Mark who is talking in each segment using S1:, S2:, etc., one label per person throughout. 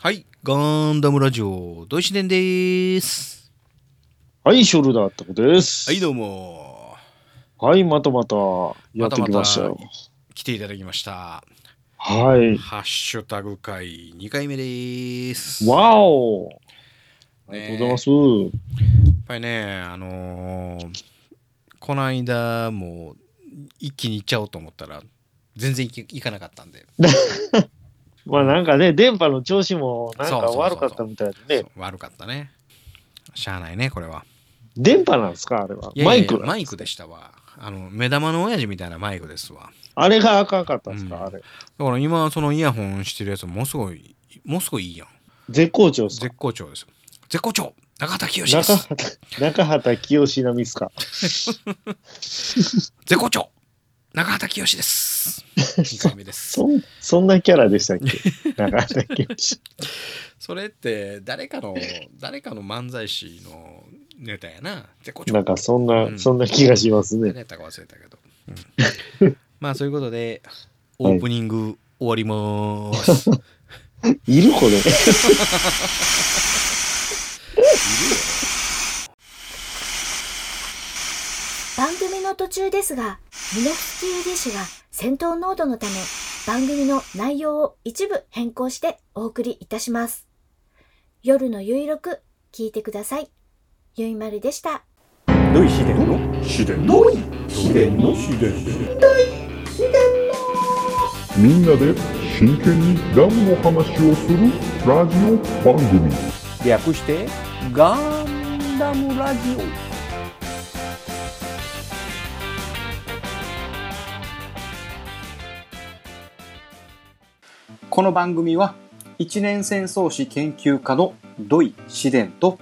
S1: はい、ガンダムラジオ、ドイシデンでーす。
S2: はい、ショルダーってことです。
S1: はい、どうも。
S2: はい、またまたやってきましたよ。
S1: 来ていただきました。
S2: はい。
S1: ハッシュタグ会2回目でーす。やっ
S2: わおあ
S1: ねえ
S2: りがとうございます。
S1: ぱりね、あのー、この間も一気に行っちゃおうと思ったら、全然行け行かなかったんで、
S2: まあなんかね、電波の調子もなんか
S1: そうそうそうそう
S2: 悪かったみたいでね
S1: そ。う悪かったね。しゃあないね、これは。
S2: 電波なんですかあれは。
S1: いやいやいや
S2: マイク
S1: マイクでしたわ。あの、目玉の親父みたいなマイクですわ。
S2: あれが赤かったんですか、
S1: うん
S2: あれ。
S1: だから今、そのイヤホンしてるやつものすごい、ものすごいいいやん。
S2: 絶好調ですか
S1: 絶好調ですよ。絶好調中畑清で
S2: 中
S1: す
S2: 畑、中畑清並みですか
S1: 絶好調中畑清です 二回目です。
S2: そん、そんなキャラでしたっけ 中畑清。
S1: それって誰かの、誰かの漫才師のネタやな。絶好調
S2: なんかそんな、
S1: うん
S2: そんな気がしますね。
S1: 誰やったか忘れたけど。うん まあそういうことで、オープニング終わりまー す。いるよね
S2: いるこれ。
S3: 番組の途中ですが、ミノフスキー技師が戦闘濃度のため、番組の内容を一部変更してお送りいたします。夜のゆいろく、聞いてください。ゆいまるでした。
S4: ぬい秘伝の秘伝の秘伝の秘伝
S5: みんなで真剣にガムの話をするラジオ番組
S4: 略してガンダムラジオこの番組は一年戦争史研究家の土井紫伝と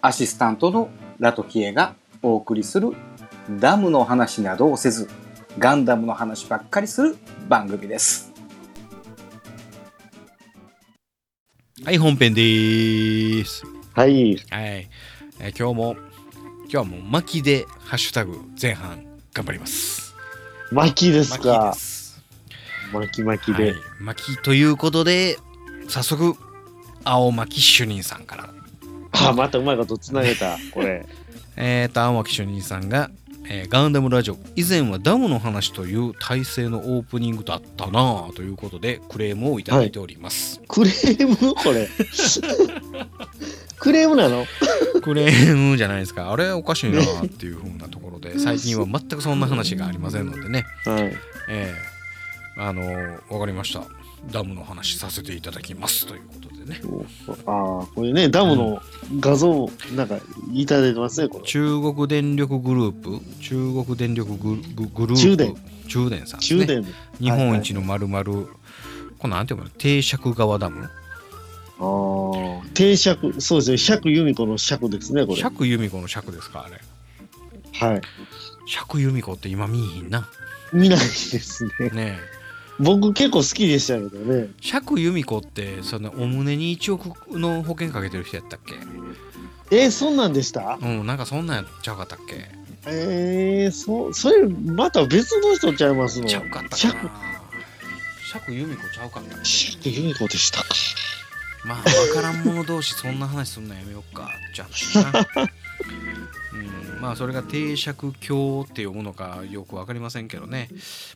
S4: アシスタントのラトキエがお送りするダムの話などをせずガンダムの話ばっかりする番組です。
S1: はい、本編でーす。
S2: はい。
S1: はい。えー今日も、今日はもう巻きでハッシュタグ前半頑張ります。
S2: 巻きです
S1: 巻
S2: か
S1: きで。す。
S2: 巻き巻き
S1: は
S2: で。
S1: い、巻きということで早速青巻主任さんから
S2: あ、またうまいことつなげた、これ。
S1: えー、と青巻主任さんが、えーガンダムラジオ以前はダムの話という体制のオープニングだったなあということでクレームをいただいております、
S2: クレームこれ。クレームなの
S1: クレームじゃないですかあれおかしいなあっていう風なところで最近は全くそんな話がありませんのでね
S2: はい。
S1: えーあのー、分かりましたダムの話させていただきますということでね
S2: ああ、これね、ダムの画像、なんか、いただいてますね、これ。
S1: 中国電力グループ中国電力グルググループ
S2: 中電
S1: 中電さんです
S2: 中
S1: ね
S2: 電の。
S1: 日本一のまるまるこれなんていうの定尺川ダム
S2: ああ。定尺、そうですね、釈由美子の釈ですね、これ。
S1: 釈由美子の釈ですかあれ
S2: はい。
S1: 釈由美子って今見えひんな
S2: 見ないですね。
S1: ねえ
S2: 僕結構好きでしたけどね。
S1: 釈由美子ってそんなお胸に1億の保険かけてる人やったっけ
S2: えー、そんなんでした
S1: うんなんかそんなんやっちゃうかったっけ
S2: えー、そ、それ、また別の人ちゃいますの
S1: ちゃうかったかな
S2: 釈、
S1: 釈由美子ちゃうかったっけ
S2: 釈由美子でしたか。
S1: まあ分からん者同士そんな話すんのやめようかじゃあな、うん、まあそれが定尺教って読むのかよく分かりませんけどね、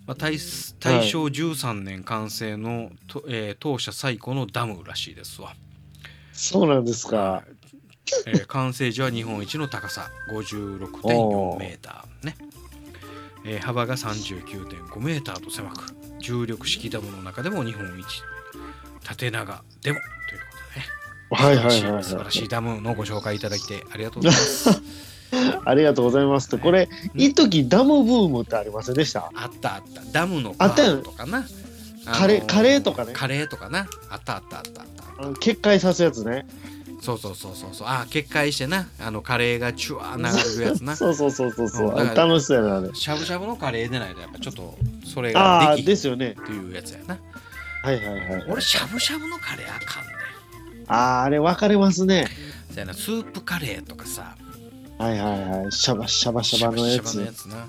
S1: まあ、大す大正13年完成の、とえー当社最古のダムらしいですわ、
S2: そうなんですか。
S1: えー完成時は日本一の高さ56.4メーターね、えー幅が39.5メーターと狭く重力式ダムの中でも日本一縦長でもということでね
S2: はいはいはい、はい。
S1: 素晴らしいダムのご紹介いただきてありがとうござい ます。
S2: ありがとうございますって、これ、
S1: うん
S2: 一時ダムブームってありませんでした
S1: あったあった。ダムのパ
S2: あった
S1: ー
S2: よ
S1: トとかな。あの
S2: カレーカレーとかね
S1: カレーとかな。あったあったあったあった。
S2: あの決壊さすやつね。
S1: そうそうそうそうそう。あ、決壊してな。あのカレーがチュワー流れるやつ な。し
S2: そうそうそうそうそうう。
S1: ん
S2: あ
S1: だから
S2: 楽しそうやな、あれ。
S1: ゃぶしゃぶのカレーでないとやっぱちょっとそれ
S2: あ
S1: が
S2: あ
S1: できひ
S2: ー、
S1: ん
S2: で
S1: っ
S2: すよね。
S1: ていうやつやな。
S2: はいはいはい。
S1: 俺しゃぶしゃぶのカレーあかんね
S2: ああ、あれ分かれますね。
S1: ん。そやなスープカレーとかさ。
S2: はいはいはい。シャバシャバシャバのや
S1: しゃぶしゃぶのや
S2: つ。
S1: つな。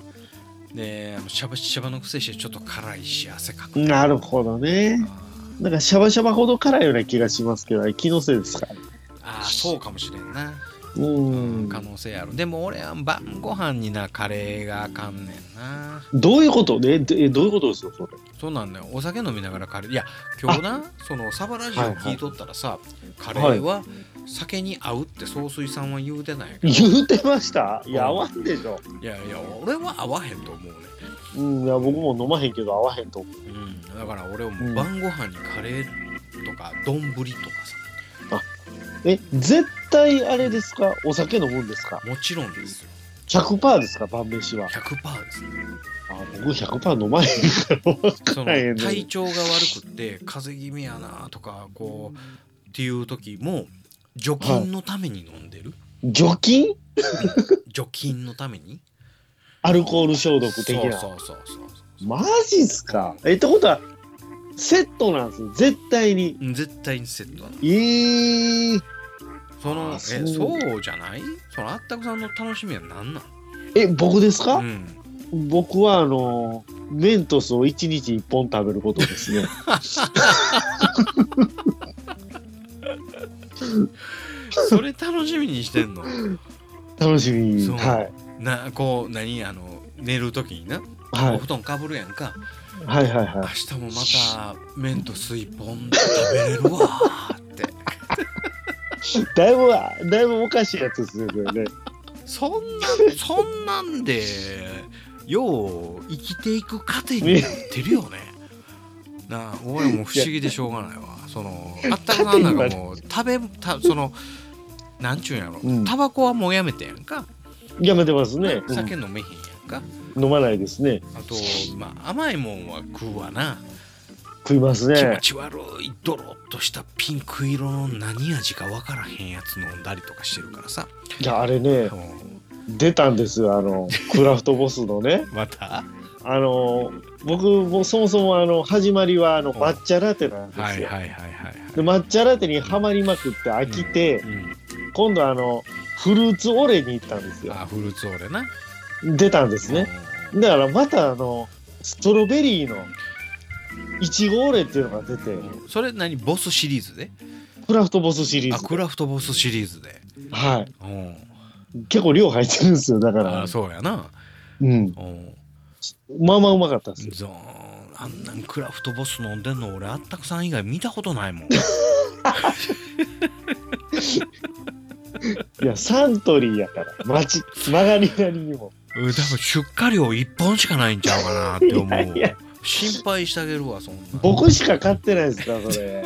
S1: で、あのしゃぶしゃぶのくせしてちょっと辛いし汗かく。
S2: なるほどね。
S1: あ
S2: なんかシャバシャバほど辛いような気がしますけど、あれ気のせいですか。
S1: ああそうかもしれんな、
S2: う
S1: うん、
S2: ん。
S1: 可能性あるでも俺は晩ご飯になカレーがあかんねんな
S2: どういうことねでえどういうことですよ、それ。
S1: そうなんだよお酒飲みながらカレーいや今日なそのサバラジオ聞いとったらさ、カレーは酒に合うって総帥さんは言うてないけどい
S2: 言うてましたいや、合わんでしょ。
S1: やいや俺は合わへんと思うね
S2: うん、いや、僕も飲まへんけど合わへんと思う。
S1: うん、だから俺はもううん晩ご飯にカレーとか丼とか
S2: え、絶対あれですかお酒飲むんですか
S1: さもちろんですよ
S2: ?100% ですか晩飯は。
S1: 100%ですね
S2: あ、僕100%飲まへんから分
S1: その
S2: からへんね
S1: 体調が悪くって風邪気味やなとかこうっていう時も除菌のために飲んでる、
S2: 除菌
S1: 除菌のために
S2: アルコール消毒
S1: そう
S2: 的
S1: そう
S2: な。
S1: そうそうそう
S2: マジっすかえ、ってことは、セットなんですよ絶対に。
S1: うん絶対にセットだ
S2: えー、
S1: そのえ
S2: あ
S1: そ
S2: そうう
S1: じゃないそのあったくさんの楽しみは何なん
S2: え、僕ですか、
S1: うん、
S2: 僕は、あの、メントスを1日1本食べることです ね。
S1: それ楽しみにしてんの
S2: 楽しみに。
S1: そう
S2: はい。
S1: なこう何あの寝る時にな
S2: は
S1: お
S2: い
S1: 布。団かぶるやんか
S2: はいはい
S1: 明
S2: は
S1: 日もまた麺と水本で食べれるわーって
S2: い。だいぶ、だいぶおかしいやつですね、こ れね。
S1: そんなそんなんでよう生きていく糧になってるよねなあ俺も不思議でしょうがないわそのあったかさんなんかもう食べたそのなんちゅうんやろ、
S2: うん
S1: タバコはもうやめてやんか、
S2: やめてますね。
S1: 酒飲めへんやんか
S2: うん飲まないですね。
S1: あとまあ甘いもんは食うわな
S2: 食います
S1: 気持
S2: ね。
S1: ち悪いドロッとしたピンク色の何味か分からへんやつ飲んだりとかしてるからさ
S2: いや、あれね、出たんですよ、あの、クラフトボスのね。
S1: また
S2: あの僕もそもそもあの始まりはあの
S1: うん
S2: 抹茶ラテなんですよ、
S1: はいはいはいはい
S2: で抹茶ラテにはまりまくって飽きて、
S1: うん、
S2: 今度あのフルーツオレに行ったんですよ
S1: あフルーツオーレな
S2: 出たんですね、だからまたあのストロベリーのいちごオレっていうのが出て、
S1: うんそれ何ボスシリーズで
S2: クラフトボスシリー
S1: あ
S2: ズ
S1: クラフトボスシリーズで
S2: はい
S1: うん
S2: 結構量入ってるんですよだから
S1: あそうやな
S2: うん
S1: うん
S2: まあまあうまかったですよ
S1: ゾーンあんなんクラフトボス飲んでんの俺あったくさん以外見たことない もん
S2: いやサントリーやから町曲がりなりにも
S1: うん多分出荷量1本しかないんちゃうかなって思う
S2: いやいや
S1: 心配してあげるわそんなん
S2: 僕しか買ってないですからそれ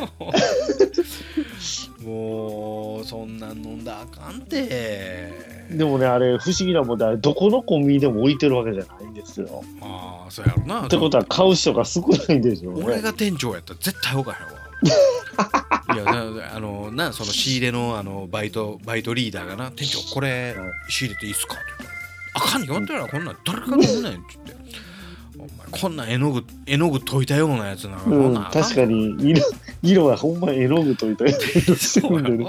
S1: もうそんなん飲んだらあかんて
S2: でもね、あれ、不思議なもんで、あれどこのコンビニでも置いてるわけじゃないんですよ。
S1: ああそうやろな
S2: ってことは、買う人が少ないんでしょうね。
S1: 俺が店長やったら絶対置か へんわいやなあのなその仕入れのあのバイトバイトリーダーがな店長これ
S2: うん
S1: 仕入れていいっすかって言ったらあかんよってらこんなん誰か飲めないって言ってお前こんなん絵の具絵の具溶いたようなやつなこ
S2: うんん、
S1: なんあん
S2: 確かに色、色はほんま絵の具といったりして
S1: そう
S2: る
S1: やろ
S2: んで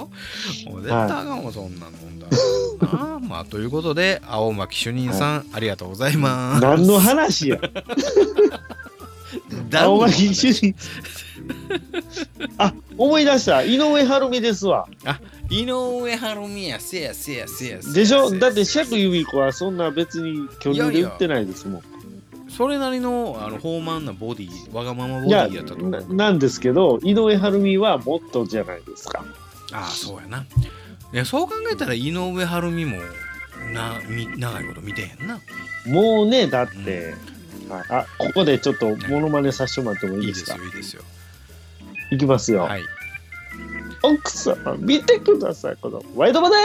S1: も
S2: ね。
S1: う絶対あかんわそんなん飲んだらなあまあということで青巻主任さんありがとうございます
S2: 何の話や。
S1: ダム
S2: 青
S1: の
S2: 巻
S1: 話
S2: 主任。あ、思い出した。井上晴美ですわ。
S1: 井上晴美やせやせやせやせや
S2: でしょ
S1: せや
S2: だって、釈由美子はそんな別に巨乳で売ってないですもん。
S1: それなりのあの豊満なボディわがままボ
S2: い
S1: デ
S2: や
S1: ィやったと思う
S2: ななんですけど、井上晴美はもっとじゃないですか。
S1: ああそうやないやそう考えたら井上晴美もなみ長いこと見てへんな
S2: もうね、だって、はいあここでちょっとモノマネさせてもらってもい
S1: い
S2: い
S1: いで
S2: です
S1: す
S2: か
S1: よいいですよ
S2: いきますよ、
S1: はい
S2: 奥様見てくださいこのワイドバネ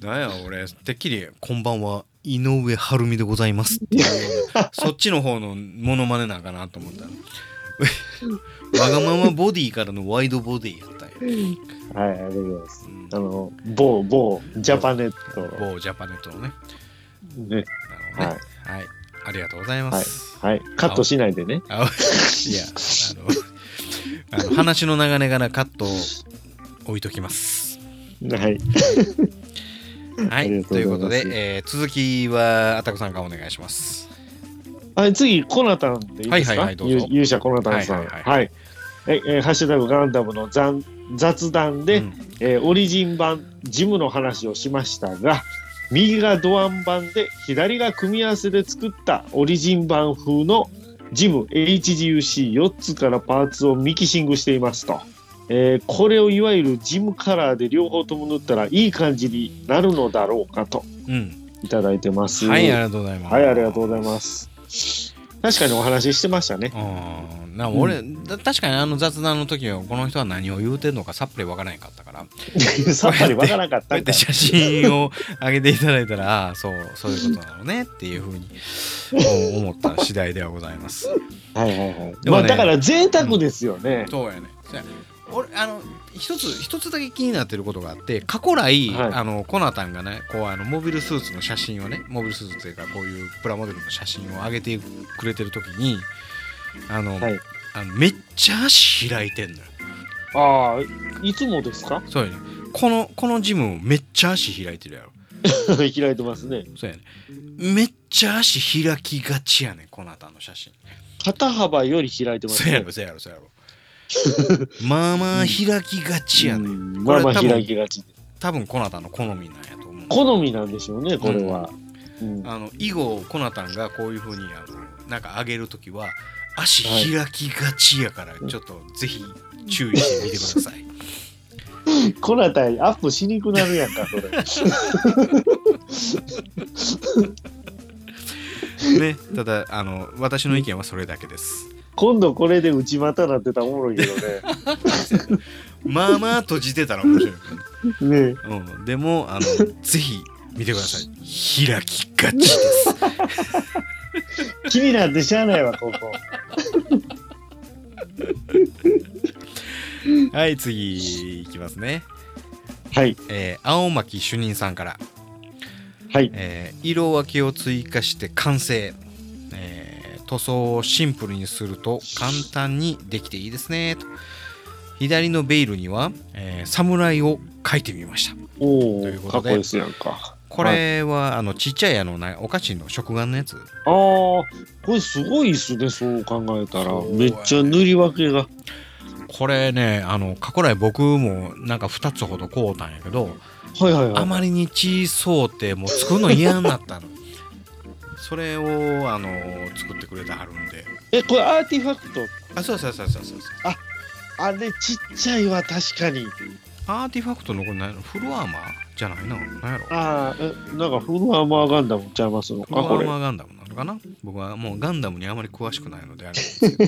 S1: なんや俺てっきり「こんばんは井上晴美でござい ます」っていうようなそっちの方のモノマネなんかなと思ったら わがままボディからのワイドボディやったんや、
S2: はいありがとうございます
S1: うん
S2: あの某某ジャパネットの
S1: 某ジャパネットのね
S2: ね
S1: なるほど
S2: は
S1: ねはい、ありがとうございます、
S2: はいカットしないでね
S1: あ いや、あの、あの話の流れからカットを置いときます。
S2: はい
S1: は
S2: あり
S1: い、
S2: がと
S1: といううこ
S2: ございます
S1: とで、えー続きはあたこさんがお願いします。
S2: はい、次、コナタンでいいですか、
S1: はいはいはいどうぞ
S2: ゆ勇者コナタンさん。
S1: はい
S2: はい
S1: はい
S2: ええーハッシュタグガンダムの残雑談で、
S1: うん
S2: えーオリジン版ジムの話をしましたが右がドアン版で左が組み合わせで作ったオリジン版風のジム HGUC4 つからパーツをミキシングしていますと、えーこれをいわゆるジムカラーで両方とも塗ったらいい感じになるのだろうかと
S1: うん
S2: いただいてます
S1: はいありがとうございます
S2: はいありがとうございます確かにお話ししてま したね
S1: うんな俺、だ確かにあの雑談の時はこの人は何を言うてんのかさっぱりわからへんかったからこ
S2: さっぱりわからなかっ
S1: う
S2: た
S1: やっ
S2: ん か
S1: て写真を上げていただいたらああそうそういうことなのねっていうふ うにお思った次第ではございます
S2: はいはいはい、
S1: で
S2: ま
S1: もね
S2: あだから贅沢ですよね、
S1: そうやねそや俺あの一つ一つだけ気になってることがあって過去来、
S2: はい
S1: あのコナタンがねこうあのモビルスーツの写真をねモビルスーツというかこういうプラモデルの写真を上げてくれてる時にあの、
S2: はい
S1: あのめっちゃ足開いてんのよ
S2: ああ、いつもですか
S1: そうやねこのこのジムめっちゃ足開いてるやろ
S2: 開いてますね。
S1: そうやねめっちゃ足開きがちやねコナタンの写真
S2: 肩幅より開いてま
S1: そう
S2: す
S1: や
S2: ね。
S1: ろそうやろそうやろ まあまあ開きがちやね、
S2: うん
S1: こ
S2: ま
S1: れ
S2: あまあ
S1: 多分
S2: 開きがち。
S1: 多分コナタンの好みなんやと思う
S2: 好みなんでしょうね、これは。うん
S1: あの以後コナタンがこういうふうにあのなんか上げるときは足開きがちやから、ちょっとぜひ注意してみてください
S2: このあたりアップしにくなるやんか、 それ。
S1: ねただあの私の意見はそれだけです
S2: 今度これで内股なってたらおもろいけど
S1: まあまあ閉じてたら面白い、
S2: ね。ね
S1: うん、でもあのぜひ見てください開きがちです
S2: え気になってしゃあないわ、ここ。
S1: はい次いきますね、
S2: はい、
S1: えー青巻主任さんから
S2: はい。
S1: えー色分けを追加して完成、えー塗装をシンプルにすると簡単にできていいですねと左のベイルには、えー侍を描いてみました
S2: お
S1: というこ
S2: お、
S1: と
S2: かっ
S1: で
S2: こいいですやんか。
S1: これは、あのちっちゃいあのなお菓子の食玩のやつ
S2: ああ、これすごいっすね、そう考えたら
S1: そ。う
S2: めっちゃ塗り分けが。
S1: これねあの過去来僕もなんか2つほど買うたんやけど
S2: はいはいはい。
S1: あまりに小そうてもう作るの嫌になったのそれをあの作ってくれてはるんで
S2: え、これアーティファクト。
S1: あそうそうそうそうそうそう
S2: あれちっちゃいわ、確かに。
S1: アーティファクトのこれ何やろフルアーマーじゃないな何やろ
S2: ああ、えなんかフルアーマーガンダムちゃいますの
S1: フルア
S2: か、こ
S1: ー
S2: れ。
S1: マーガンダムなのかな僕はもうガンダムにあまり詳しくないの であれなんですけ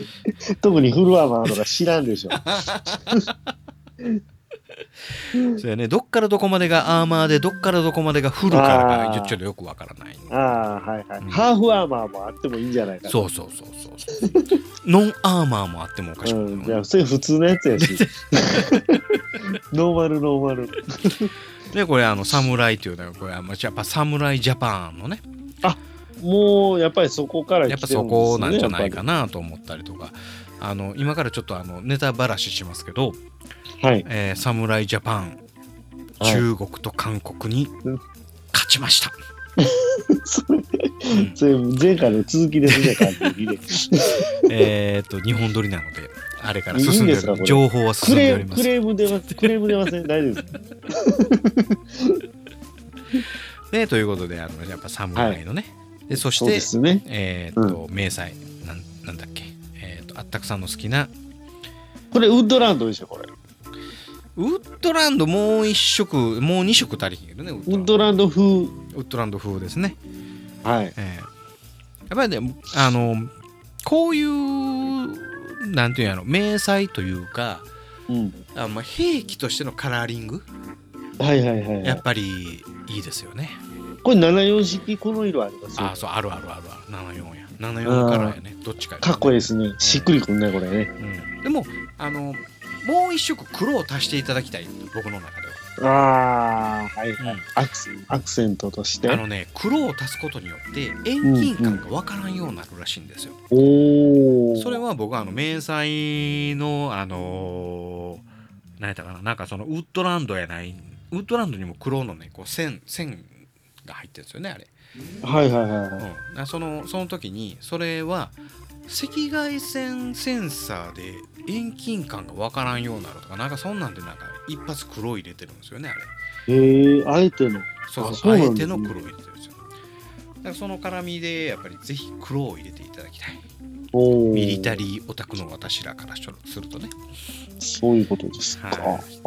S1: ど
S2: 特にフルアーマーとか知らんでし ょ。
S1: そうやねどっからどこまでがアーマーでどっからどこまでがフルからが
S2: あ
S1: ち
S2: ー
S1: ょちょっとよくわからない
S2: ああ、はいはい、
S1: うん
S2: ハーフアーマーもあってもいいんじゃないかな。
S1: そうそうそうそうそうノンアーマーもあってもおかしく
S2: うん、い
S1: ない、
S2: や、それ普通のやつやし。 ノーマル、ノーマル。
S1: でこれあの侍っていうのはこれはまあやっぱ侍ジャパンのね
S2: もう、やっぱりそこから
S1: やっ
S2: 来
S1: ぱ
S2: てる
S1: そ
S2: んですね。
S1: こなんじゃないか
S2: な。
S1: なと思ったりとかあの今からちょっとあのネタばらししますけど、
S2: はい。
S1: えー、侍ジャパン、
S2: はい
S1: 中国と韓国に
S2: うん
S1: 勝ちました。
S2: それ、それ前回の続きですね、完 璧に。
S1: えーっと、日本撮りなので、あれから進んで
S2: いいんですか
S1: る
S2: これ
S1: 情報は進
S2: ク
S1: んで
S2: レ
S1: おり
S2: ーム、
S1: ま
S2: ク
S1: す。
S2: レーム出ます。クレーム出ません。大丈夫です。
S1: ね、ということで、あのやっぱ侍のね、でそし
S2: そうで
S1: て、
S2: すね。
S1: えーっと、迷彩なん、なんだっけ、えーっと、あったくさんの好きな、
S2: これ、ウッドランドでしょ、これ。
S1: ウッドランドもう一色、もう二色足りひんけどね、ウ
S2: ウッドランド風。
S1: ウッドランド風ですね。
S2: はい。
S1: えーやっぱりねあのこういうなんていうんやろ迷彩というか
S2: うん。
S1: あまあ兵器としてのカラーリング
S2: はいはいはい、はい。
S1: やっぱりいいですよね。
S2: これ74式この色ありますよ、
S1: あそうあるあるあるある74や74カラーやねどっちかやね
S2: かっこいいですね。しっくりくんね、これね。
S1: うんでもあのもう一色黒を足していただきたい僕の中で
S2: ああ、はい。
S1: は、
S2: アクセアクセントとして
S1: あ。のね黒を足すことによって遠近感がわからんようになるらしいんですよ。
S2: おお。
S1: それは僕はあの迷彩のあのー、何やったかななんかそのウッドランドやないウッドランドにも黒のねこう線線が入ってるんですよねあれ
S2: はいはいはいはい。
S1: うんな、そのその時にそれは赤外線センサーで遠近感がわからんようになるとかなんかそんなんでなんか一発黒入れてるんですよねあれ
S2: えー、あえての。
S1: そう
S2: あ
S1: そ
S2: そうう
S1: あ
S2: なん
S1: え
S2: で
S1: て
S2: すね
S1: の黒入れてるんですよだからその絡みでやっぱりぜひ黒を入れていただきたい
S2: おー
S1: ミリタリーオタクの私らからするとね
S2: そういうことですか。
S1: は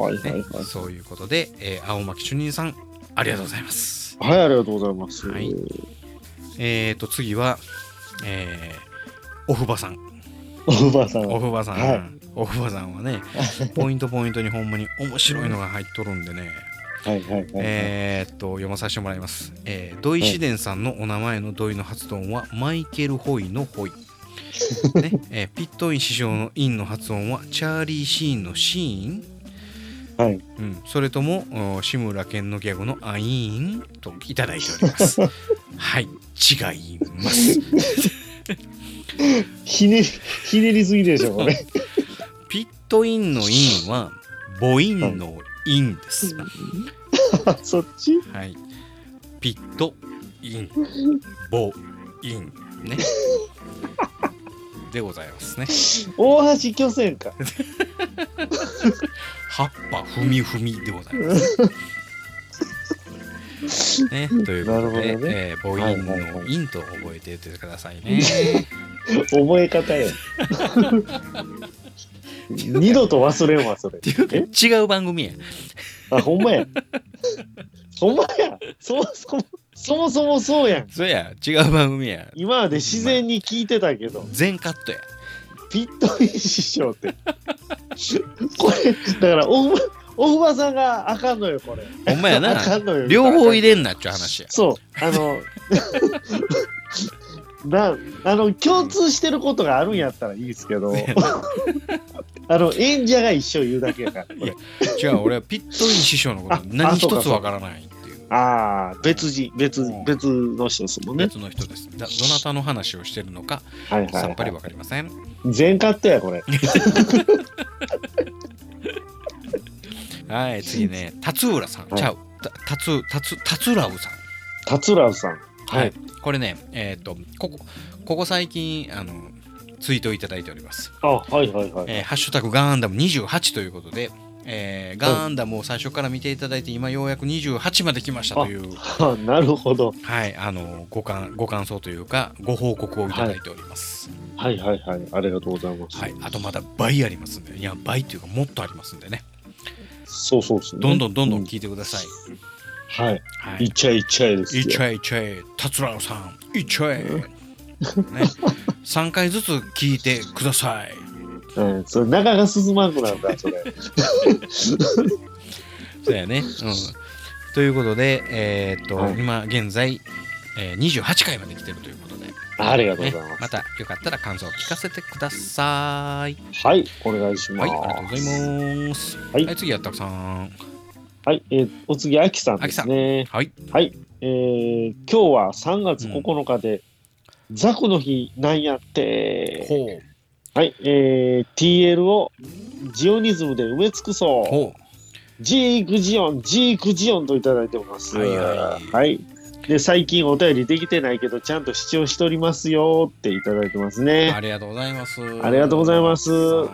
S2: はいはいはい
S1: ね。そういうことで、えー青巻主任さんありがとうございます
S2: はい、ありがとうございます。
S1: はいえーと次はえー、おふばさん
S2: おばさん。
S1: お
S2: は
S1: ふばさん、
S2: はい
S1: おふばさんは ねポイントポイントにほんまに面白いのが入っとるんでね、
S2: いはいはい。
S1: えーっと読まさせてもらいます、えー、土井紫伝さんのお名前の土井の発音はマイケル・ホイのホイ、ねえーピットイン師匠のインの発音はチャーリー・シーンのシーン
S2: はい。
S1: うん、それともお志村けんのギャグの「アイーン」といただいております はい違います
S2: ひねり、ひねりすぎでしょ、こ れ。
S1: ピットインのインは母音のインです、
S2: そっち
S1: はい。ピット、イン、ボ、イン、 ね。でございますね。
S2: 大橋巨 船か。
S1: 葉っぱ踏み踏みでございます。ね、ということ
S2: な
S1: で、
S2: るほどね
S1: えー母音
S2: はいはい
S1: の
S2: は
S1: インと覚えていてくださいね。
S2: 覚え 方や。二度と忘れんわ、それ
S1: って。いうか違う番組や。
S2: あ、ほんまや。ほんまや。そもそも、そもそもそうやん。
S1: そりゃ違う番組や。
S2: 今まで自然に聞いてたけど、
S1: 全カットや。
S2: ピットイン師匠って。 これ、だから、おふ、おふばさんがあかんのよ、これ。
S1: ほんまや
S2: あ
S1: な。
S2: かんのよ。
S1: 両方入れんなっちゅう話や。
S2: そう、あの、 なあの共通してることがあるんやったらいいですけど、 あの演者が一緒言うだけやから、これ
S1: 違う、俺はピットイン師匠のこと何一つわからないっていう。
S2: ああ、別人、別
S1: うん、
S2: 別の人ですもんね。
S1: 別の人です。だどなたの話をしてるのか、
S2: はいはい、
S1: さっぱり
S2: は
S1: わかりません。
S2: い。全カットや、これ。
S1: はい、次ね、辰浦さん、
S2: はい
S1: ちゃう、た辰、辰、辰浦さん。
S2: 達郎さん。はい。
S1: これね、えっ、と、ここ、ここ最近、あの、ツイートをいただいております。
S2: あ、はいはいはい。
S1: えーハッシュタグガンダム28ということで、えーガンダムを最初から見ていただいて、今ようやく28まで来ましたという、
S2: あなるほど。
S1: はい、あの、ご感、ご感想というか、ご報告をいただいております。
S2: はいはいはい。ありがとうございます。
S1: はい、あとまだ倍ありますんで、いや、倍というか、もっとありますんでね、
S2: そうそうですね。
S1: どんどんどんどん
S2: う
S1: 聞いてください。
S2: はい。
S1: はい
S2: いっちゃいっちゃいですよ。
S1: いちょいちょい、達郎さん、いちょい。 ね、3回ずつ聞いてください。
S2: うん。それ、中が進まんくなるんだ、それ。
S1: そうやね。うん、ということで、えーっと、
S2: はい
S1: 今現在、えー、28回まで来てるということで、
S2: ありがとうご
S1: ね
S2: ざいます。、
S1: またよかったら感想を聞かせてください。
S2: はい、お願いしま
S1: はい、
S2: す。
S1: ありがとうございます。は、
S2: はいい
S1: 次やったくさん。
S2: はい、えーお次、秋さんですね。
S1: はい。
S2: はい、えー今日は3月9日で、ザクの日なんやって。
S1: ほう。
S2: はい、えー TL をジオニズムで埋め尽くそう。
S1: ほ
S2: ジークジオン、ジークジオンといただいております。
S1: はいはい
S2: はいで最近お便りできてないけどちゃんと視聴しておりますよっていただいてます
S1: う。
S2: ね
S1: ありがとうございます。
S2: ありがとうございます
S1: さ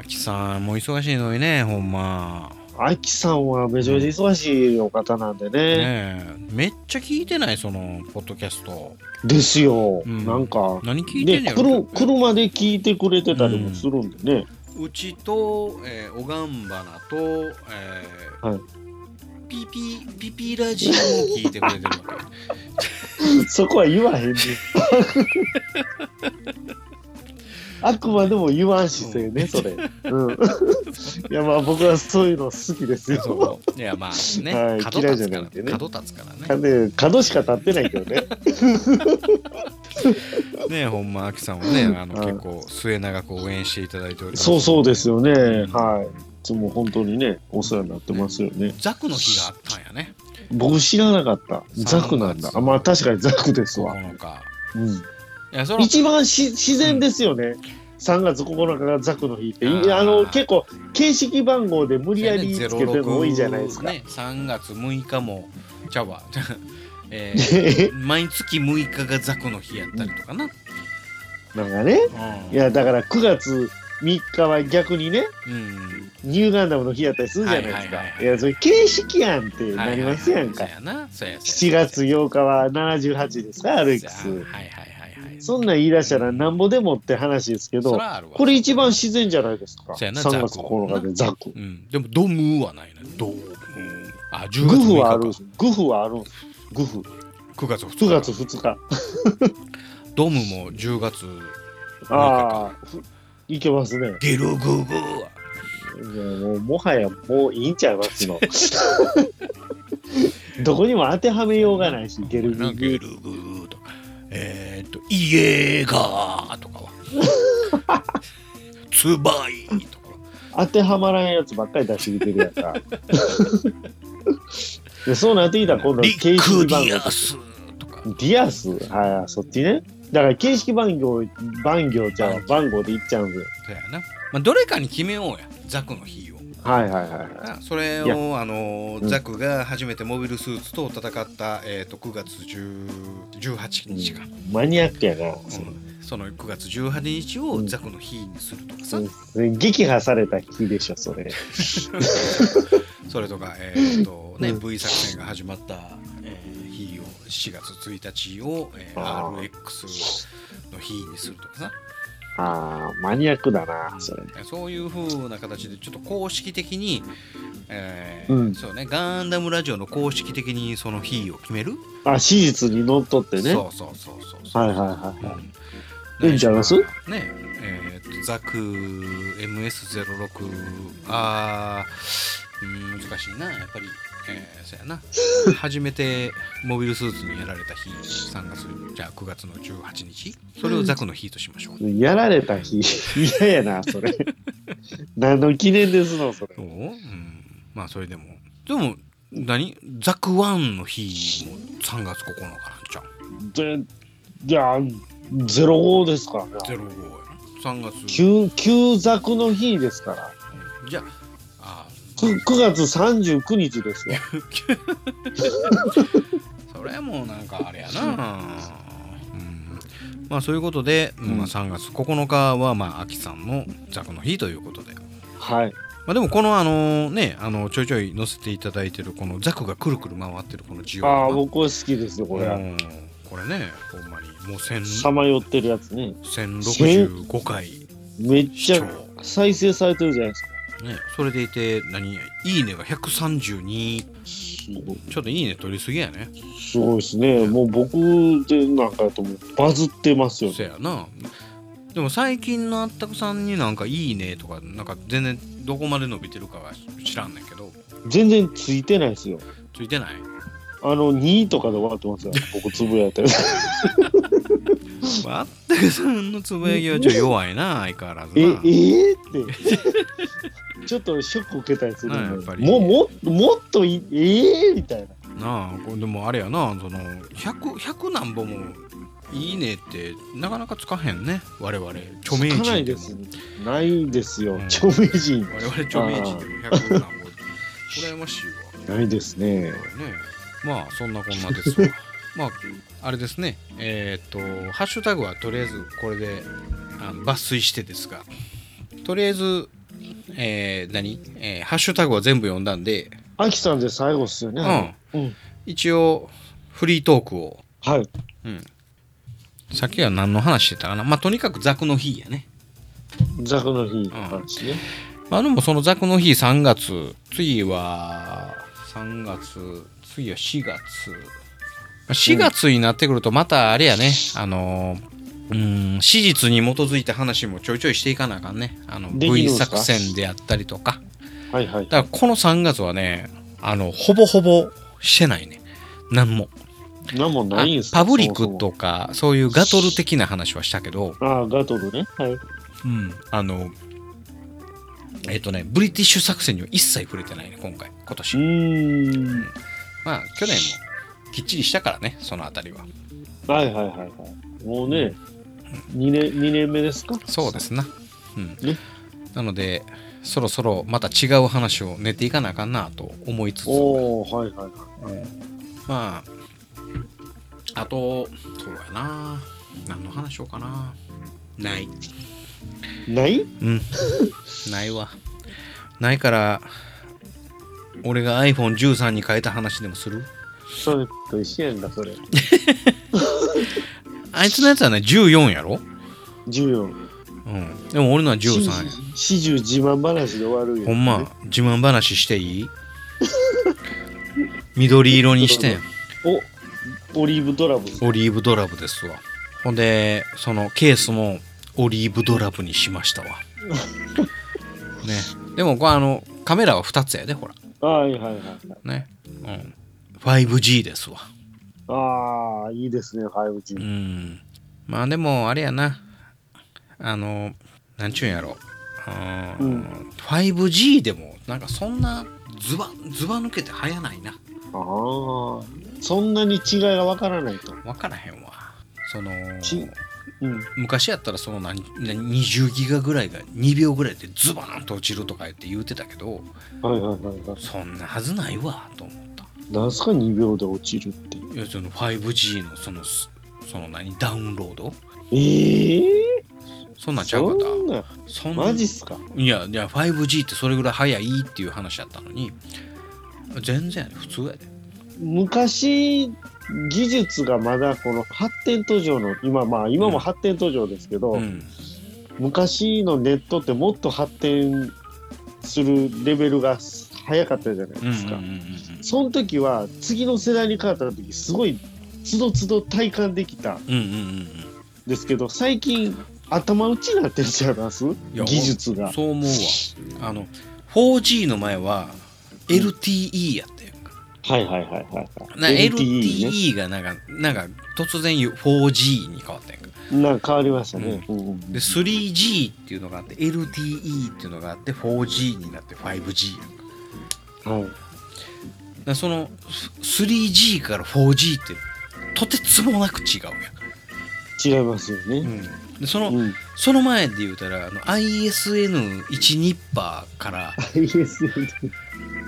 S1: あきさん、もう忙しいのにね、ほんま。
S2: あきさんはめちゃめちゃ忙しいお方なんでね
S1: ねえめっちゃ聞いてないそのポッドキャスト
S2: ですよ、
S1: うん
S2: なんか
S1: 何聞いて
S2: で
S1: んねや
S2: 車
S1: ろ
S2: 車で聞いてくれてたりもするんでね、
S1: うちと、えー、おがんばなと、えー
S2: はい
S1: ピピピピラジオを聞いてくれてるわけ
S2: そこは言わへんね んあくまでも言わん姿勢ねそれ、うん、いやまあ僕は そういうの好きですよ
S1: そういやまあね、
S2: はい
S1: 角
S2: 嫌い
S1: 立
S2: じ
S1: つか
S2: ゃな
S1: ら
S2: くてね
S1: 角立つからね
S2: ね角しか立ってないけどね
S1: ねえほんまあきさんはねあの
S2: はい
S1: 結構末永く応援していただいております
S2: そうそうですよね、
S1: うん
S2: はいいつも本当にねお世話になってますよね
S1: ザクの日があったんやね
S2: 僕知らなかったザクなんだあまあ確かにザクですわ、
S1: 9日
S2: うん、
S1: いやその
S2: 一番し自然ですよね、3月9日がザクの日って、い
S1: あー
S2: あの結構形式番号で無理やりつけてるの多いじゃないですか、
S1: ね、3月6日もちゃうわ えー毎月6日が雑魚の日やったりとかな。
S2: なんかね、
S1: うん
S2: いや、だから9月3日は逆にね、
S1: うん。
S2: ニューガンダムの日やったりするじゃないです
S1: はいはいはいは
S2: か。
S1: い
S2: いや、それ形式やんって
S1: はい
S2: な
S1: はい
S2: り
S1: はい
S2: ますやん
S1: そ
S2: か
S1: う。やな。そうや
S2: 7月
S1: よ
S2: 8日は78ですか、アレック
S1: はい
S2: ス。
S1: はいはいはい。
S2: そんなん言い出したらなんぼでもって話ですけ
S1: そ
S2: ど、
S1: らあるわ
S2: これ一番自然じゃないですか。
S1: そうや
S2: 3
S1: な
S2: 月9日でザク。
S1: うん。でも、ドムーはないね。ドムー。あ、10月
S2: グフはあ
S1: 6
S2: るん
S1: 日か。
S2: です。グフはあるんです。グフ。
S1: 9月2日。
S2: 9月2日。
S1: ドムも10月。
S2: ああ、ふいけますね。
S1: ゲルググーは。
S2: いやもうもはやもういいんちゃいます の。どこにも当てはめようがないし、ゲルビ
S1: ゲルグ
S2: グ。
S1: ーとか。えーっと、イエーガーとかは。 ツバイとか。
S2: 当てはまらんやつばっかり出してきてるやん か。でそうなってきたら今度は
S1: リ
S2: 形
S1: ッ
S2: 式
S1: ク・
S2: 番
S1: デ
S2: 号
S1: ィアスとか。
S2: ディアスはい、そっちね。だから形式番号、番号じゃあ番号でいっちゃうんですよ。
S1: そうやな。まあ、どれかに決めようや。ザクの日を。
S2: はいはいはい。
S1: あそれ
S2: い
S1: をあのー
S2: うん
S1: ザクが初めてモビルスーツと戦った、えー、と9月10 18日か、
S2: マニアックや
S1: う
S2: な。
S1: んその9月18日をザクの日にするとかさ、
S2: うん撃破された日でしょ、それ。
S1: それとか、えーとね
S2: うん
S1: V 作戦が始まった、えー日を4月1日を、えー
S2: あー
S1: RX の日にするとかさ
S2: ああ、マニアックだな、それ。
S1: そういう風な形でちょっと公式的に、えー
S2: うん
S1: そうね、ガンダムラジオの公式的にその日を決める、
S2: あ、史実にのっとってね。
S1: そうそうそうそうそう
S2: はいはいはいはい。
S1: うん
S2: いいんちゃいます
S1: ねえーとザク MS06 あーうん難しいなやっぱり、えー、そうや な初めてモビルスーツにやられた日3月じゃあ9月の18日それをザクの日としましょう、
S2: やられた日、 嫌やな、それ。 何の記念ですの、それ
S1: ど。ううん、まあそれでもでも何ザクワンの日も3月9日なんちゃう
S2: で、いや、ゼロ号ですからね。
S1: 05やな3月
S2: 旧、旧ザクの日ですから。
S1: じゃああー
S2: く9月39日です よ。
S1: それもなんかあれやな、うん、まあそういうことで、
S2: ん
S1: まあ、3月9日はまあ秋さんのザクの日ということで、ま
S2: はい。
S1: あ、でもこのあのねあのちょいちょい載せていただいてるこのザクがくるくる回ってるこのジオ
S2: あ
S1: ラ
S2: あ、
S1: マ
S2: 僕は好きですよ、こ
S1: う
S2: れ。
S1: んこれねほんまにもう
S2: さ
S1: 1000
S2: まよってるやつね。
S1: 1065回
S2: めっ
S1: 視
S2: ち
S1: 聴
S2: ゃ再生されてるじゃないですか。
S1: ね、それでいて何いいねが132
S2: すごい
S1: ちょっといいね取りすぎやね
S2: すごいですね。もう僕でなんかやともうバズってますよね。
S1: そやなでも最近のあったくさんになんか「いいね」とかなんか全然どこまで伸びてるかは知らんねんけど
S2: 全然ついてないですよ。
S1: ついてない
S2: あの、2とかで終わってますよ。僕つぶや いて。
S1: あったくさんのつぶやきはちょっと弱いな相変わらず
S2: え、え
S1: な
S2: ーって。 ちょっとショック受けたりする
S1: ねや
S2: ん
S1: っぱ
S2: で、
S1: り
S2: もうももっといええー、みたいな。
S1: なあこれでもあれやなその 100, 100何本も「いいね」ってなかなかつかへんね我々著名
S2: つかな
S1: 人で
S2: いで
S1: も
S2: す。ないですよ
S1: う。ん
S2: 著名人。
S1: 我々著名人でも100何本羨ましいわ
S2: ないですね。
S1: ねまあそんなこんなです わまああれですねえーっとハッシュタグはとりあえずこれであの抜粋してですがとりあえずえー何、えーハッシュタグは全部読んだんで、
S2: アキさんで最後っすよね。
S1: うん
S2: うん
S1: 一応フリートークを
S2: はい。
S1: さっきは何の話してたかなまあとにかくザクの日やね
S2: ザクの日の話ね。
S1: まあでもそのザクの日3月次は3月次は4月4月になってくるとまたあれやね、あのうん史実に基づいた話もちょいちょいしていかなあかんねあの
S2: できるん
S1: V
S2: です
S1: 作
S2: か
S1: 戦であったりとか
S2: はいはい。
S1: だからこの3月はねあのほぼほぼしてないね何も
S2: なんもないんす
S1: あ
S2: か
S1: パブリッ
S2: そも
S1: ク
S2: そも
S1: とかそういうガトル的な話はしたけど、
S2: ああ、ガトルね。はい。
S1: うん、あのえっ、とねブリティッシュ作戦には一切触れてないね今回今年
S2: うーん。
S1: まあ去年もきっちりしたからねそのあたりは
S2: はいはいはいはい。もうね、2年、二年目ですか
S1: そうですなうん
S2: ね
S1: なのでそろそろまた違う話を寝ていかなあかんなと思いつつ
S2: おおはいはいはい。
S1: まああとそうやな何の話しようかなない
S2: ない
S1: うんないわないから俺が iPhone13 に変えた話でもする
S2: それと一緒やんだ、それ。
S1: あいつのやつはね14やろ
S2: 14。
S1: うんでも俺のは13や
S2: 四十自慢話で終わるよ、
S1: ほんま。自慢話してい い緑色にしてん
S2: お、オリーブドラゴン。
S1: オリーブドラブですわほんでそのケースもオリーブドラブにしましたわねでもこれあのカメラは2つやでほら
S2: はいはいはい。
S1: ねうん 5G ですわ
S2: ああ、いいですね、5G。
S1: うんまあでもあれやなあのなんちゅうんやろう
S2: うん
S1: 5G でもなんかそんなズバズバ抜けて流行ないな
S2: ああ、そんなに違いがわからないと。
S1: 分からへんわその
S2: ちうん。
S1: 昔やったらその何何20ギガぐらいが2秒ぐらいでズバーンと落ちるとか言って言うてたけど
S2: はいはいはいは
S1: そんなはずないわと思った
S2: い。なんすか2秒で落ちるって。
S1: いやその 5G のそのすその何ダウンロード
S2: ええ
S1: そんなんちゃ
S2: そう
S1: かった
S2: んな、
S1: そんな
S2: マジっすか。
S1: いやいや 5G ってそれぐらい早いっていう話やったのに全然やで普通やで
S2: 昔、技術がまだこの発展途上の、今まあ今も発展途上ですけど、
S1: うん
S2: 昔のネットってもっと発展するレベルが早かったじゃない
S1: うんうん
S2: ですか。
S1: うんうん
S2: その時は次の世代に変わった時すごいつどつど体感できたん
S1: うんうんうん
S2: ですけど最近頭打ちになってるじゃないです
S1: いや
S2: 技術
S1: う
S2: が
S1: ん。そう思うわあの 4G の前は LTE やったやんか
S2: はいはいはいはい
S1: な
S2: はい。ね
S1: LTE がなんかなんか突然 4G に変わったやんか
S2: なんか変わりましたね。うんうん
S1: で 3G っていうのがあって LTE っていうのがあって 4G になって 5G やんか
S2: はい
S1: だからその 3G から 4G ってとてつもなく違うやん
S2: 違いますよね。
S1: でその、
S2: うん。
S1: その前で言うたらあの ISN1 ニッパーから
S2: いいですよね。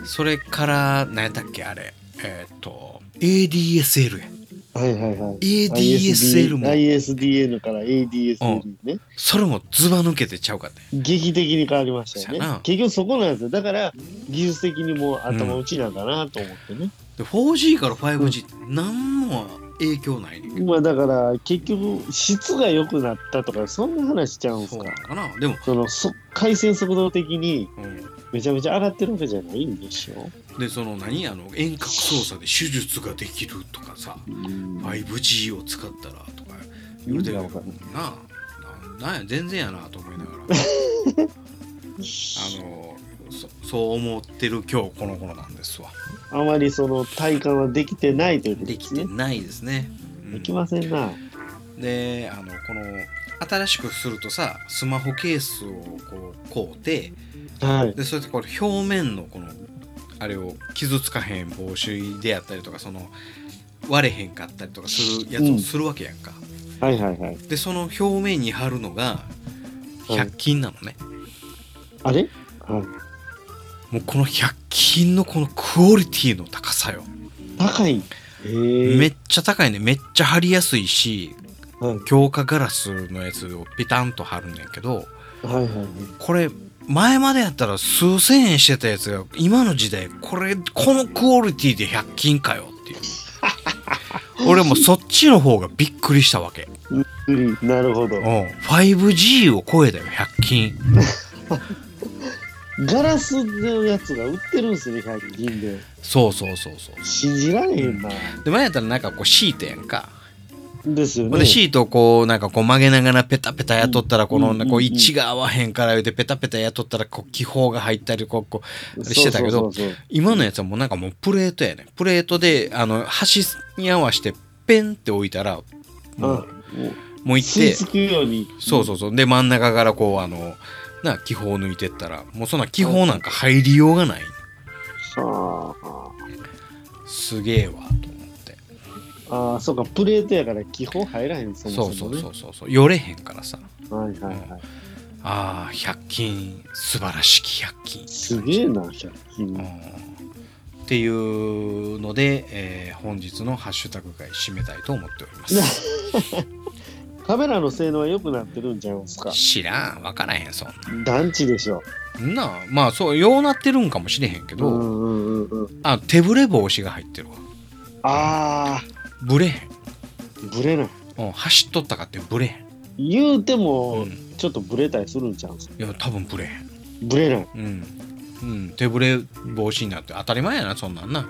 S1: それから何やったっけあれえーっと ADSL や
S2: はいはいはい。
S1: ADSL も
S2: ISDN から ADSL ね。
S1: それもズバ抜けてちゃうかった
S2: 劇的に変わりました
S1: そや
S2: よ
S1: な
S2: ね。結局そこなんですよ。だから、技術的にもう頭打ちなんだなと思ってね。
S1: で 4G から 5G って何も影響ないねんけど
S2: まあだから、結局、質が良くなったとか、そんな話しちゃうんす
S1: そう
S2: か
S1: な。のかなでも、
S2: そのそ回線速度的に
S1: うん
S2: めちゃめちゃ上がってるわけじゃないんでしょ、
S1: でその何あの遠隔操作で手術ができるとかさ 5G を使ったらとか言うてる
S2: 意
S1: な
S2: 味がわかん
S1: あななんや全然やなと思いながらあのそそう思ってる今日この頃なんですわ
S2: あまりその体感はできてないということ
S1: で
S2: で
S1: き
S2: す
S1: て
S2: ね。
S1: ないですね、うん
S2: できませんな。
S1: であのこの新しくするとさスマホケースをこうこうて
S2: はい。
S1: でそれでこれ表面のこのあれを傷つかへん防止であったりとかその割れへんかったりとかするやつ
S2: う
S1: を
S2: ん
S1: するわけやんか、
S2: はいはいはい。
S1: でその表面に貼るのが
S2: はい
S1: 100均なのね、
S2: あれはい。
S1: もうこの100均のこのクオリティの高さよ、
S2: 高い。えー
S1: めっちゃ高いねめっちゃ貼りやすいし
S2: はい
S1: 強化ガラスのやつをピタンと貼るんやけど
S2: はいはいはい。
S1: これ前までやったら数千円してたやつが今の時代これこのクオリティで100均かよっていう 俺もそっちの方がびっくりしたわけ
S2: うんなるほど
S1: うん。5G を超えたよ100均
S2: ガラスのやつが売ってるんですね、100均で。
S1: そうそうそうそう
S2: 信じられへんな。
S1: で前やったらなんかこうシートやんか、
S2: ですよ
S1: ほん
S2: ね。
S1: でシートをこうなんかこう曲げながらペタペタやっとったらこの
S2: うん
S1: こう
S2: うん
S1: 位置が合わへんから言うてペタペタやっとったらこう気泡が入ったりこうこう
S2: そう
S1: してたけ
S2: そ
S1: ど
S2: うそうそう
S1: 今のやつはもうなんかもうプレートやねプレートであの端に合わしてペンって置いたらもう,、
S2: うんも
S1: もう
S2: う
S1: 行っ
S2: 吸い
S1: て
S2: 付くように。
S1: そうそうそうで真ん中からこうあのな気泡抜いてったらもうそんな気泡なんか入りようがない
S2: は
S1: すげえわと思って
S2: あああ、そうか、プレートやから気泡入らへん、そ
S1: そ
S2: も
S1: う
S2: そ
S1: そ
S2: も、
S1: う
S2: ね。
S1: そうそうそうよれへんからさ
S2: はいはいはい。
S1: ああ100均素晴らしき100均
S2: すげえな、100均。
S1: うんっていうので、えー本日のハッシュタグ会締めたいと思っております。
S2: カメラの性能は良くなってるんちゃうんすか
S1: 知らん、わからへん、そん
S2: 団地でしょ。
S1: な。んな、まあそう、ようなってるんかもしれへんけ
S2: う
S1: ど、
S2: んうんうんうん。
S1: あ、手ぶれ防止が入ってるわ。
S2: あ
S1: ぶれへん。
S2: ー、ブレない。
S1: うん、走っとったかってぶれへん。
S2: 言うて
S1: う
S2: も、
S1: ん、い
S2: ちょっとブレたりするんちゃうんすか
S1: や、多分ぶれへん。
S2: ブレない。
S1: うん。うん、手ぶれ防止になって当たり前やな、そんなんな。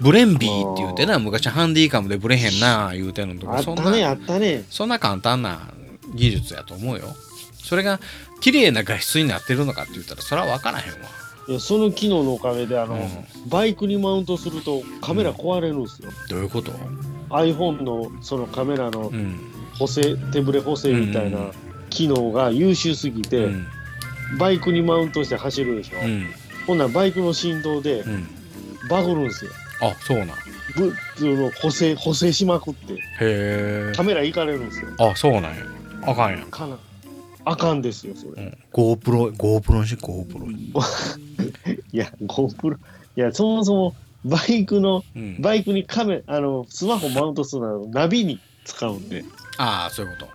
S1: ブレンビーって言うてな、昔ハンディカムでブレへんな、言うてんのと
S2: あ
S1: か、
S2: っ
S1: そん
S2: たね、
S1: な、
S2: あったね。
S1: そんな簡単な技術やと思うよ。それが綺麗な画質になってるのかって言ったら、それは分からへんわ。
S2: いやその機能のおかげで、あの、
S1: う
S2: バイクにマウントするとカメラ壊れるんですよ。
S1: どういうこと
S2: iPhone のそのカメラの
S1: うん。
S2: 補正、手ブレ補正みたい
S1: うん
S2: な機能が優秀すぎ
S1: う
S2: て、
S1: ん。
S2: バイクにマウントして走るでしょ。
S1: うん。
S2: ほんならバイクの振動で
S1: うん。
S2: バグるんですよ。
S1: あ、そうなん。へ
S2: ぶその補正、補正しまくって、
S1: え
S2: カ。メラいかれるんですよ。
S1: あ、そうなんや。あかんやん。
S2: かな。あかんですよ、それ。
S1: うん、GoPro、GoPro にし、GoPro。
S2: いや、GoPro。いや、そもそもバイクの、
S1: うん。
S2: バイクにカメあの、スマホマウントするのはナビに使うんで。
S1: ああ、そういうこ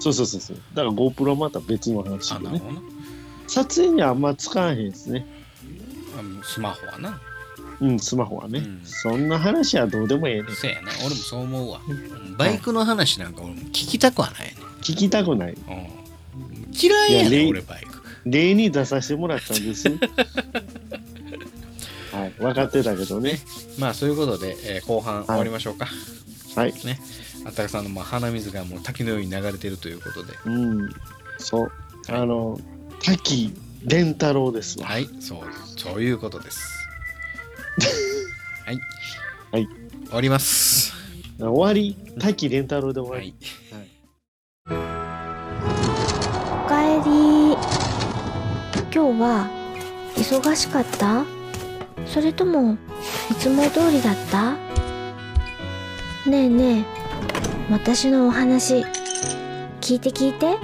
S2: そうそうそうそう。だから GoPro はまた別の話
S1: と。あ、
S2: で
S1: なる
S2: ね。
S1: ほどな。
S2: 撮影にはあんま使わへんですね。
S1: あのスマホはな。
S2: うん、スマホはね。
S1: うん
S2: そんな話はどうでもええねん。
S1: せやな。俺もそう思うわ。うんバイクの話なんか俺も聞きたくはない
S2: 聞きたくない。
S1: ね。うん。嫌いや
S2: いや
S1: ね
S2: レイ
S1: 俺バイク。
S2: 例に出させてもらった んです。はい、分かってたけどね。
S1: まあそういうことで、えー後半終わりましょうか。
S2: はい。
S1: ね。あったかさんのまあ鼻水がもう滝のように流れてるということで。
S2: うん。そう。あの、滝蓮太郎ですわ。
S1: はい、そう、そういうこと です。はい。
S2: はい。
S1: 終わります。
S2: 終わり、滝蓮太郎で終わ
S1: は
S2: り。
S1: い。
S3: おかえり今日は忙しかったそれともいつも通りだったねえねえ私のお話聞いて聞いて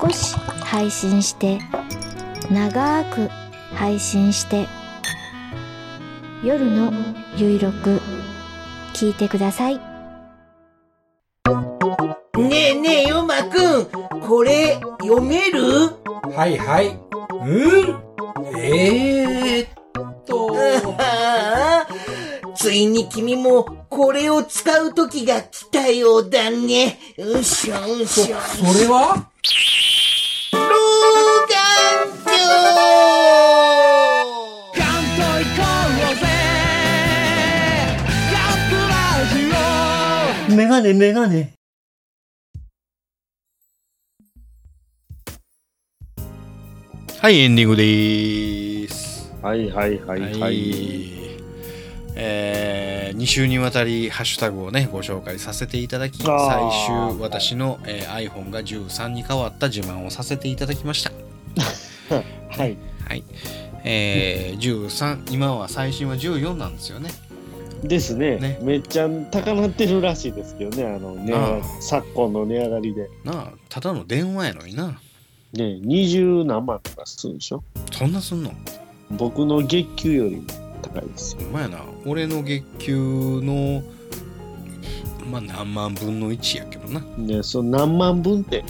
S3: 少し配信して長く配信して夜のゆいろく聞いてください
S6: ねえねえ、ヨマくん、これ、読める
S7: はいはい。うんえー、っと。
S6: ああ、 ついに君も、これを使う時が来たようだね。うしょう
S7: そ、そ
S6: し
S7: れ
S6: ょ。
S7: は
S6: 老眼鏡メガネメガネ。
S1: はい、エンディングでーす。
S2: はいはいはいはい。
S1: えー、2週にわたりハッシュタグをねご紹介させていただき最
S2: あー
S1: 終私の、えー iPhone が13に変わった自慢をさせていただきました
S2: はい。
S1: はいえー、13今は最新は14なんですよね
S2: ですね
S1: ね
S2: めっちゃ高なってるらしいですけどね、あの、値上がり
S1: あ
S2: 昨今の値上がりで。
S1: なあただの電話やのにな
S2: ね、二十何万とかするんでしょ
S1: そんなすんの
S2: 僕の月給より高いですよ。
S1: お前やな俺の月給のまあ何万分の1やけどな
S2: ね、その何万 分って。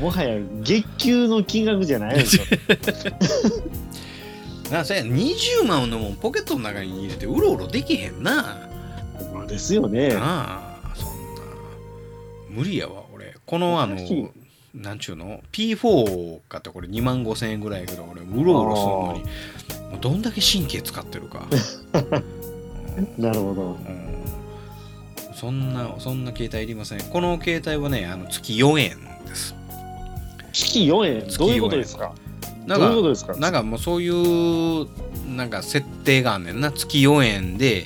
S2: もはや月給の金額じゃないでしょ。
S1: なあそや20万のもんポケットの中に入れてうろうろできへんな
S2: まあですよね。
S1: なあそんな無理やわ俺このあの
S2: 難しい
S1: なんちゅうの P4 かってこれ2万5千円ぐらいやけど俺うろうろするのにもうどんだけ神経使ってるか、
S2: なるほど。
S1: うんそんなそんな携帯いりませんこの携帯はねあの月4円です
S2: 月4円、
S1: 月
S2: どういう
S1: 4
S2: こ
S1: 円
S2: とですか
S1: なん
S2: ど
S1: か
S2: ういうことですか
S1: なんかもうそういうなんか設定があんねんな月4円で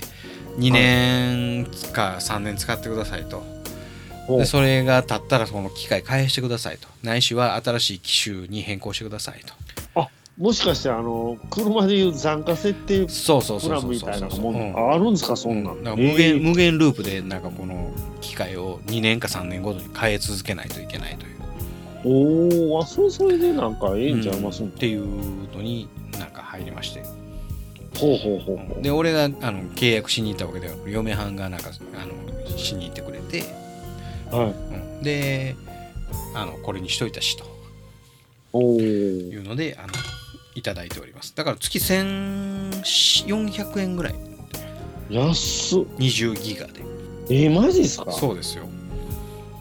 S1: 2年か3年使ってくださいと、
S2: ほう
S1: でそれが経ったらその機械返してくださいとないしは新しい機種に変更してくださいと
S2: もしかして、あの、車でいう残価設定
S1: そうそう
S2: プ
S1: そう
S2: ラン
S1: そう
S2: み
S1: そ
S2: た
S1: う
S2: い
S1: そ
S2: な
S1: う
S2: も
S1: うんん
S2: ああるんですか、そんな。
S1: うんだから無限
S2: えー
S1: 無限ループでなんかこの機械を2年か3年ごとに変え続けないといけないという
S2: おおあそうそれでなんかええんちゃいます
S1: うんんっていうのになんか入りまして
S2: ほうほうほうほう
S1: で俺があの契約しに行ったわけではなく嫁はんがなんかあのしに行ってくれて、
S2: はい
S1: うんであのこれにしといたしと
S2: おお
S1: いうのであのいただいておりますだから月1400円ぐらい
S2: 安っ
S1: 20ギガで
S2: えマジっすか
S1: そうですよ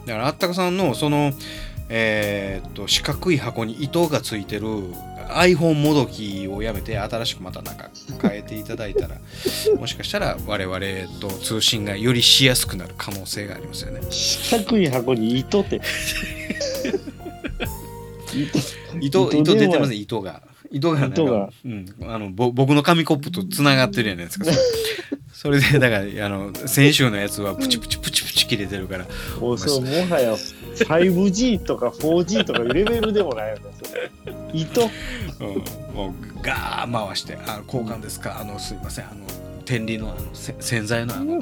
S1: だからあったかさんのそのえーっと四角い箱に糸がついてる iPhone もどきをやめて新しくまたなんか変えていただいた らもしかしたら我々と通信がよりしやすくなる可能性があります よね
S2: 四角い箱に糸 って糸
S1: 糸
S2: 糸
S1: 糸出
S2: 電話
S1: てますね糸が糸がなんか
S2: 糸が
S1: うん、あのぼ僕の紙コップとつながってるじゃないですか それそれでだからあの先週のやつはプチプチプチプチ切れてるから
S2: もうそうもはや 5G とか 4G とかいうレベルでもないよねそれ糸
S1: うんもうガー回して「あ交換ですかあのすいませんあの天理のあのせ洗剤のあ の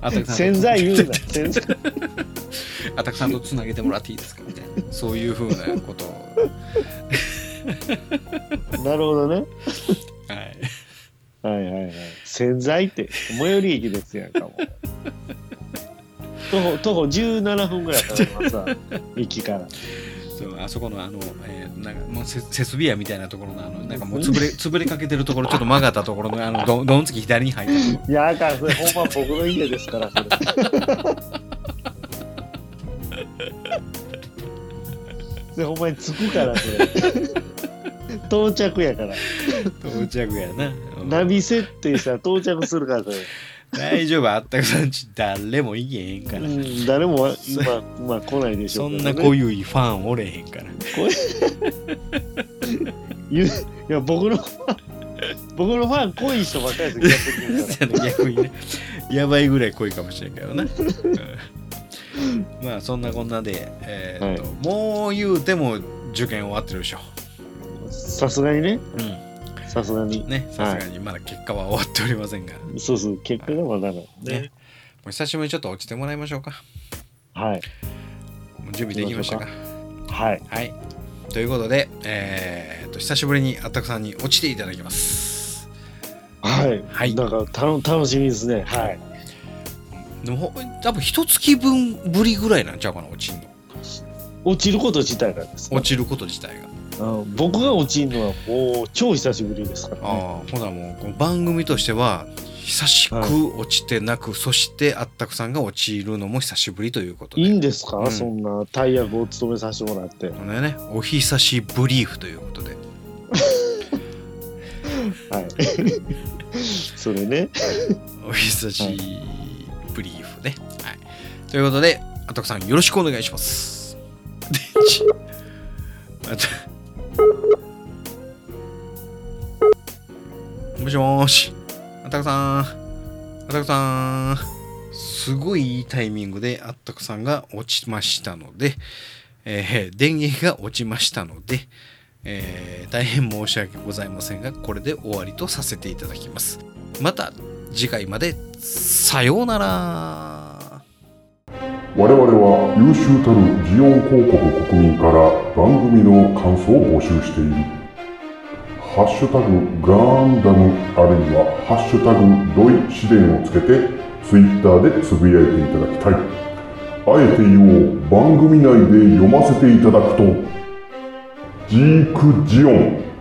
S1: あたくさん
S2: 洗剤言うな洗剤
S1: あたくさんとつなげてもらっていいですか」みたいなそういうふうなことを、
S2: なるほどね
S1: はい、
S2: はいはいはい洗剤って最寄り駅ですやんかもう徒歩徒歩17分ぐらいかかりますわ駅から
S1: そうあそこのあの、えーなんかもうせ設備屋みたいなところのあのなんかもう潰 れ潰れかけてるところちょっと曲がったところのあのどどんつき左に入った ところ
S2: いやあかんそれほんま僕の家ですから それそれほんまに着くからそれ到着やから
S1: 到着やな、うん
S2: ナビ設定したら到着するからそれ
S1: 大丈夫あったくさんち誰もいけへんから、
S2: うん、誰もわ今、まあ、来ないでしょ
S1: そ
S2: うんけどね
S1: なこゆいファンおれへんから
S2: ゆいや僕の僕のファン濃い人ばっかりですよ逆に言うたら
S1: 逆にねやばいぐらい濃いかもしれんけどなうんまあそんなこんなで、えーっともう言うても受験終わってるでしょ、
S2: さすがにね
S1: う
S2: さすがに
S1: ん、ねさすがにまだ結果は終わっておりませんが、
S2: そうそう結果がまだなの
S1: ねもう久しぶりにちょっと落ちてもらいましょうか
S2: はい
S1: もう準備できましたか
S2: はい
S1: はいということで、えーっと久しぶりにあったくさんに落ちていただきます
S2: はい、
S1: はい
S2: なんかたの楽しみですねはい
S1: でもほ多分一月分ぶりぐらいなんちゃうかな落ちんの
S2: 落ちること自体がですね、
S1: 落ちること自体が
S2: うん僕が落ちるのはもう超久しぶりですから、ね、
S1: ああほなもうこの番組としては久しく落ちてなく、そしてあったくさんが落ちるのも久しぶりということで
S2: いいんですか、
S1: うん
S2: そんな大役を務めさせてもらって
S1: このねお久しぶりーふということで
S2: はいそれね
S1: お久しぶりーふね、はい、ということであったくさんよろしくお願いしますでちあたもしもーしあったくさんあったくさんすごいいいタイミングであったくさんが落ちましたので、えー電源が落ちましたので、えー大変申し訳ございませんがこれで終わりとさせていただきますまた次回までさようなら。
S5: 我々は優秀たるジオン広告国民から番組の感想を募集している「ハッシュタグガンダム」あるいは「ハッシュタグドイ試練」をつけてツイッターでつぶやいていただきたいあえて言おう番組内で読ませていただくとジークジオン